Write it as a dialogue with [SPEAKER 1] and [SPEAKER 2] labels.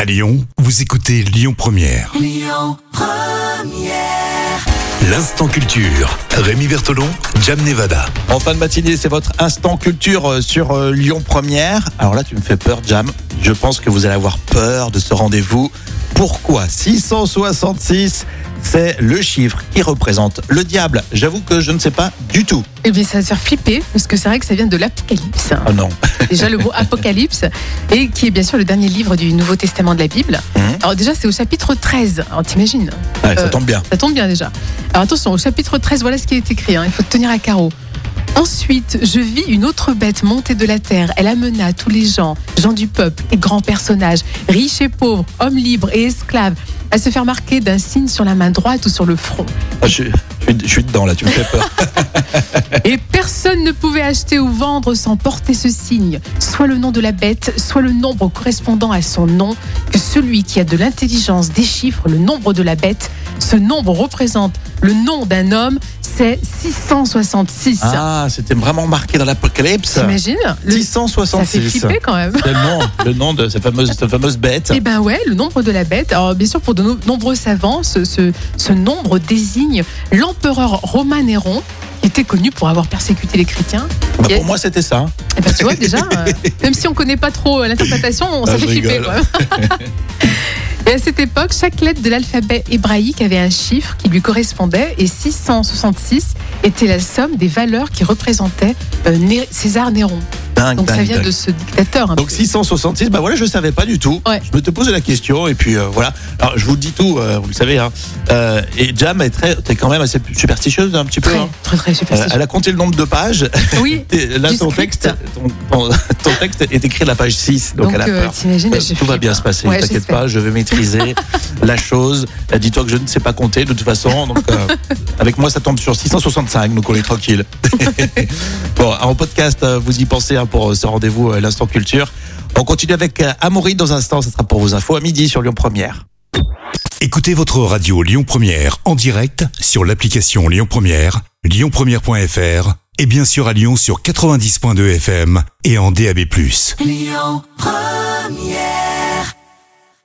[SPEAKER 1] À Lyon, vous écoutez Lyon Première. Lyon Première. L'instant culture. Rémi Bertolon, Jam Nevada.
[SPEAKER 2] En fin de matinée, c'est votre instant culture euh, sur euh, Lyon Première. Alors là, tu me fais peur, Jam. Je pense que vous allez avoir peur de ce rendez-vous. Pourquoi 666 c'est le chiffre qui représente le diable. J'avoue que je ne sais pas du tout.
[SPEAKER 3] Eh bien, ça va se faire flipper, parce que c'est vrai que ça vient de l'Apocalypse.
[SPEAKER 2] Ah non.
[SPEAKER 3] Déjà, le mot Apocalypse, et qui est bien sûr le dernier livre du Nouveau Testament de la Bible.
[SPEAKER 2] Mhm.
[SPEAKER 3] Alors, déjà, c'est au chapitre 13. Alors, t'imagines
[SPEAKER 2] Ouais, ça
[SPEAKER 3] Euh,
[SPEAKER 2] tombe bien.
[SPEAKER 3] Ça tombe bien déjà. Alors attention, au chapitre 13, voilà ce qui est écrit. hein. Il faut te tenir à carreau. Ensuite, je vis une autre bête montée de la terre. Elle amena tous les gens, gens du peuple et grands personnages, riches et pauvres, hommes libres et esclaves, à se faire marquer d'un signe sur la main droite ou sur le front.
[SPEAKER 2] Ah, je, je suis- je suis dedans là, tu me fais peur.
[SPEAKER 3] Et personne ne pouvait acheter ou vendre sans porter ce signe, soit le nom de la bête, soit le nombre correspondant à son nom, que celui qui a de l'intelligence déchiffre le nombre de la bête. Ce nombre représente le nom d'un homme, c'est 666.
[SPEAKER 2] Ah, c'était vraiment marqué dans l'Apocalypse.
[SPEAKER 3] T'imagines Le- Ça fait
[SPEAKER 2] 666.
[SPEAKER 3] flipper quand même.
[SPEAKER 2] C'est le nom, le nom de cette fameuse, cette fameuse bête.
[SPEAKER 3] Eh ben ouais, le nombre de la bête. Alors bien sûr, pour de no- nombreux savants, ce, ce- ce nombre désigne l'empereur Romain Néron, qui était connu pour avoir persécuté les chrétiens.
[SPEAKER 2] Bah,
[SPEAKER 3] y a-
[SPEAKER 2] pour moi, c'était ça.
[SPEAKER 3] Eh ben, tu vois déjà, euh, même si on connaît pas trop euh, l'interprétation, on
[SPEAKER 2] Ah,
[SPEAKER 3] s'en
[SPEAKER 2] je
[SPEAKER 3] fait flipper.
[SPEAKER 2] rigole.
[SPEAKER 3] quoi. Et à cette époque, chaque lettre de l'alphabet hébraïque avait un chiffre qui lui correspondait et 666 était la somme des valeurs qui représentaient euh, Né- César Néron.
[SPEAKER 2] Dingue,
[SPEAKER 3] Donc ça
[SPEAKER 2] dingue,
[SPEAKER 3] vient
[SPEAKER 2] dingue.
[SPEAKER 3] de ce dictateur. hein. un
[SPEAKER 2] Donc
[SPEAKER 3] peu.
[SPEAKER 2] 666, bah voilà, je savais pas du tout.
[SPEAKER 3] Ouais.
[SPEAKER 2] Je me te posais la question et puis euh, voilà. Alors je vous dis tout, euh, vous le savez. Hein. Euh, et Jam est très, t'es quand même assez superstitieuse un petit peu.
[SPEAKER 3] Très,
[SPEAKER 2] hein.
[SPEAKER 3] très, très
[SPEAKER 2] Euh,
[SPEAKER 3] superstitieux.
[SPEAKER 2] elle a compté le nombre de pages.
[SPEAKER 3] oui,
[SPEAKER 2] Et là,
[SPEAKER 3] Du
[SPEAKER 2] ton
[SPEAKER 3] script.
[SPEAKER 2] texte, ton, ton- ton texte est écrit à la page 6, donc,
[SPEAKER 3] donc,
[SPEAKER 2] elle a
[SPEAKER 3] euh,
[SPEAKER 2] peur.
[SPEAKER 3] t'imagines,
[SPEAKER 2] Euh,
[SPEAKER 3] j'ai
[SPEAKER 2] Tout va
[SPEAKER 3] fait
[SPEAKER 2] bien
[SPEAKER 3] peur.
[SPEAKER 2] se passer,
[SPEAKER 3] Ouais,
[SPEAKER 2] ne t'inquiète
[SPEAKER 3] j'espère.
[SPEAKER 2] pas, je vais maîtriser la chose. Euh, Dis-toi que je ne sais pas compter de toute façon, donc euh, avec moi ça tombe sur 665, donc on est tranquille. bon, en podcast, euh, vous y pensez hein, pour euh, ce rendez-vous euh, l'instant culture. On continue avec euh, Amaury dans un instant, ça sera pour vos infos à midi sur Lyon Première.
[SPEAKER 1] Écoutez votre radio Lyon Première en direct sur l'application Lyon Première, lyonpremière.fr et bien sûr à Lyon sur 90.2 FM et en DAB+.